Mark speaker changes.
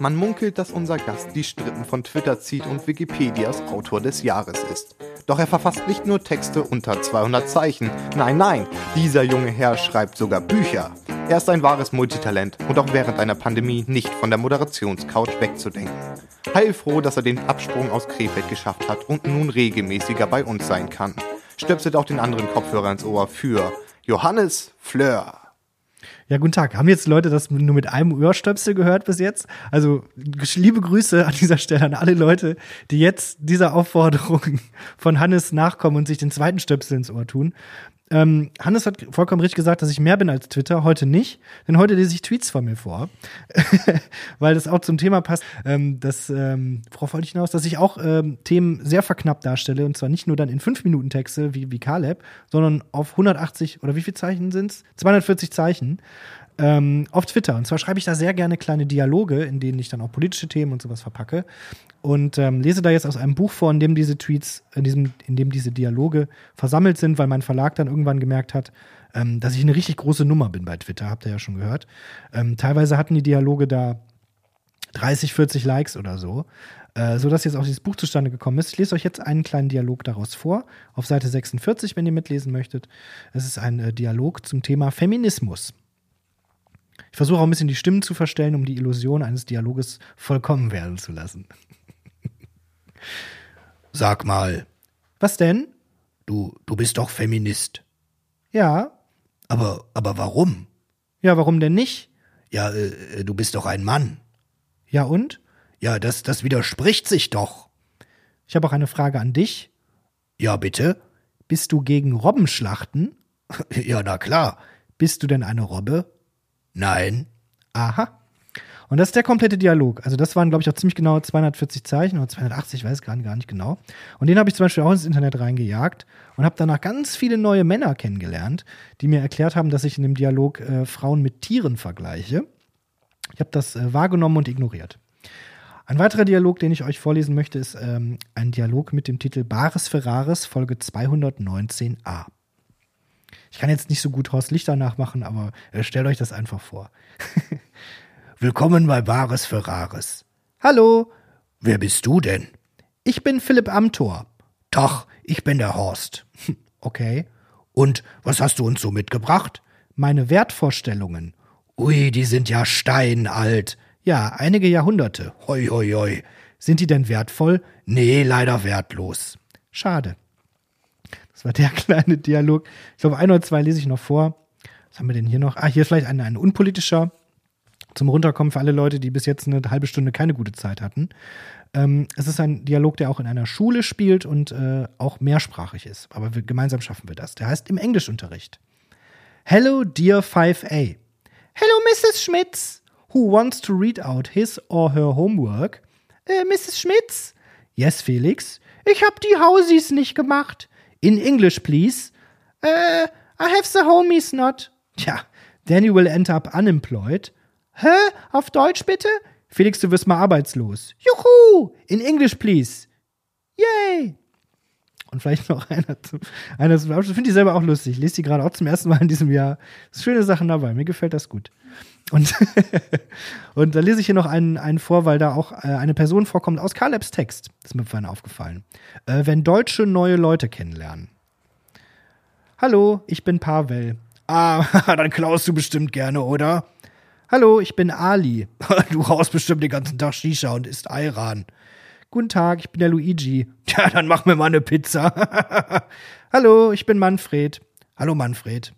Speaker 1: Man munkelt, dass unser Gast die Strippen von Twitter zieht und Wikipedias Autor des Jahres ist. Doch er verfasst nicht nur Texte unter 200 Zeichen. Nein, nein, dieser junge Herr schreibt sogar Bücher. Er ist ein wahres Multitalent und auch während einer Pandemie nicht von der Moderationscouch wegzudenken. Heilfroh, dass er den Absprung aus Krefeld geschafft hat und nun regelmäßiger bei uns sein kann. Stöpselt auch den anderen Kopfhörer ins Ohr für Johannes Fleur.
Speaker 2: Ja, guten Tag. Haben jetzt Leute das nur mit einem Ohrstöpsel gehört bis jetzt? Also liebe Grüße an dieser Stelle an alle Leute, die jetzt dieser Aufforderung von Hannes nachkommen und sich den zweiten Stöpsel ins Ohr tun. Ähm, Hannes hat vollkommen richtig gesagt, dass ich mehr bin als Twitter. Heute nicht, denn heute lese ich Tweets von mir vor, weil das auch zum Thema passt. Ähm, das, ähm, worauf wollte ich hinaus? Dass ich auch ähm, Themen sehr verknappt darstelle und zwar nicht nur dann in 5-Minuten-Texte wie, wie Caleb, sondern auf 180 oder wie viel Zeichen sind's? 240 Zeichen ähm, auf Twitter. Und zwar schreibe ich da sehr gerne kleine Dialoge, in denen ich dann auch politische Themen und sowas verpacke. Und ähm, lese da jetzt aus einem Buch vor, in dem diese Tweets, in, diesem, in dem diese Dialoge versammelt sind, weil mein Verlag dann irgendwann gemerkt hat, ähm, dass ich eine richtig große Nummer bin bei Twitter, habt ihr ja schon gehört. Ähm, teilweise hatten die Dialoge da 30, 40 Likes oder so, äh, sodass jetzt auch dieses Buch zustande gekommen ist. Ich lese euch jetzt einen kleinen Dialog daraus vor, auf Seite 46, wenn ihr mitlesen möchtet. Es ist ein äh, Dialog zum Thema Feminismus. Ich versuche auch ein bisschen die Stimmen zu verstellen, um die Illusion eines Dialoges vollkommen werden zu lassen.
Speaker 3: Sag mal,
Speaker 2: Was denn?
Speaker 3: du, du bist doch Feminist.
Speaker 2: Ja.
Speaker 3: Aber, aber warum?
Speaker 2: Ja, warum denn nicht?
Speaker 3: Ja, äh, äh, du bist doch ein Mann.
Speaker 2: Ja und?
Speaker 3: Ja, das, das widerspricht sich doch.
Speaker 2: Ich habe auch eine Frage an dich.
Speaker 3: Ja, bitte?
Speaker 2: Bist du gegen Robbenschlachten?
Speaker 3: Ja, na klar.
Speaker 2: Bist du denn eine Robbe?
Speaker 3: Nein.
Speaker 2: Aha. Und das ist der komplette Dialog. Also das waren, glaube ich, auch ziemlich genau 240 Zeichen oder 280, ich weiß gar nicht, gar nicht genau. Und den habe ich zum Beispiel auch ins Internet reingejagt und habe danach ganz viele neue Männer kennengelernt, die mir erklärt haben, dass ich in dem Dialog äh, Frauen mit Tieren vergleiche. Ich habe das äh, wahrgenommen und ignoriert. Ein weiterer Dialog, den ich euch vorlesen möchte, ist ähm, ein Dialog mit dem Titel Bares Ferraris, Folge 219a. Ich kann jetzt nicht so gut Horst Lichter nachmachen, aber äh, stellt euch das einfach vor.
Speaker 3: Willkommen bei Wahres Ferraris.
Speaker 2: Hallo,
Speaker 3: Wer bist du denn?
Speaker 2: ich bin Philipp Amthor.
Speaker 3: Doch, ich bin der Horst.
Speaker 2: Okay.
Speaker 3: Und was hast du uns so mitgebracht?
Speaker 2: Meine Wertvorstellungen.
Speaker 3: Ui, die sind ja steinalt.
Speaker 2: Ja, einige Jahrhunderte.
Speaker 3: Hoi, hoi, hoi.
Speaker 2: Sind die denn wertvoll?
Speaker 3: Nee, leider wertlos.
Speaker 2: Schade. Das war der kleine Dialog. Ich glaube, ein oder zwei lese ich noch vor. Was haben wir denn hier noch? Ah, hier vielleicht ein, ein unpolitischer. Zum Runterkommen für alle Leute, die bis jetzt eine halbe Stunde keine gute Zeit hatten. Ähm, es ist ein Dialog, der auch in einer Schule spielt und äh, auch mehrsprachig ist. Aber wir, gemeinsam schaffen wir das. Der heißt im Englischunterricht. Hello, dear 5a. Hello, Mrs. Schmitz. Who wants to read out his or her homework? Äh, Mrs. Schmitz? Yes, Felix. Ich hab die Hausies nicht gemacht. In English, please. Äh, I have the homies not. Tja, then you will end up unemployed. Hä? Auf Deutsch bitte? Felix, du wirst mal arbeitslos. Juhu! In English, please. Yay! Und vielleicht noch einer zum, einer zum Abschluss. Finde ich selber auch lustig. Ich lese die gerade auch zum ersten Mal in diesem Jahr. Ist schöne Sachen dabei. Mir gefällt das gut. Und, und da lese ich hier noch einen, einen vor, weil da auch äh, eine Person vorkommt aus Calebs Text. Das ist mir vorhin aufgefallen. Äh, wenn Deutsche neue Leute kennenlernen. Hallo, ich bin Pavel.
Speaker 3: Ah, dann klaust du bestimmt gerne, oder?
Speaker 2: Hallo, ich bin Ali.
Speaker 3: Du rauchst bestimmt den ganzen Tag Shisha und isst Ayran.
Speaker 2: Guten Tag, ich bin der Luigi.
Speaker 3: Tja, dann mach mir mal eine Pizza.
Speaker 2: Hallo, ich bin Manfred.
Speaker 3: Hallo Manfred.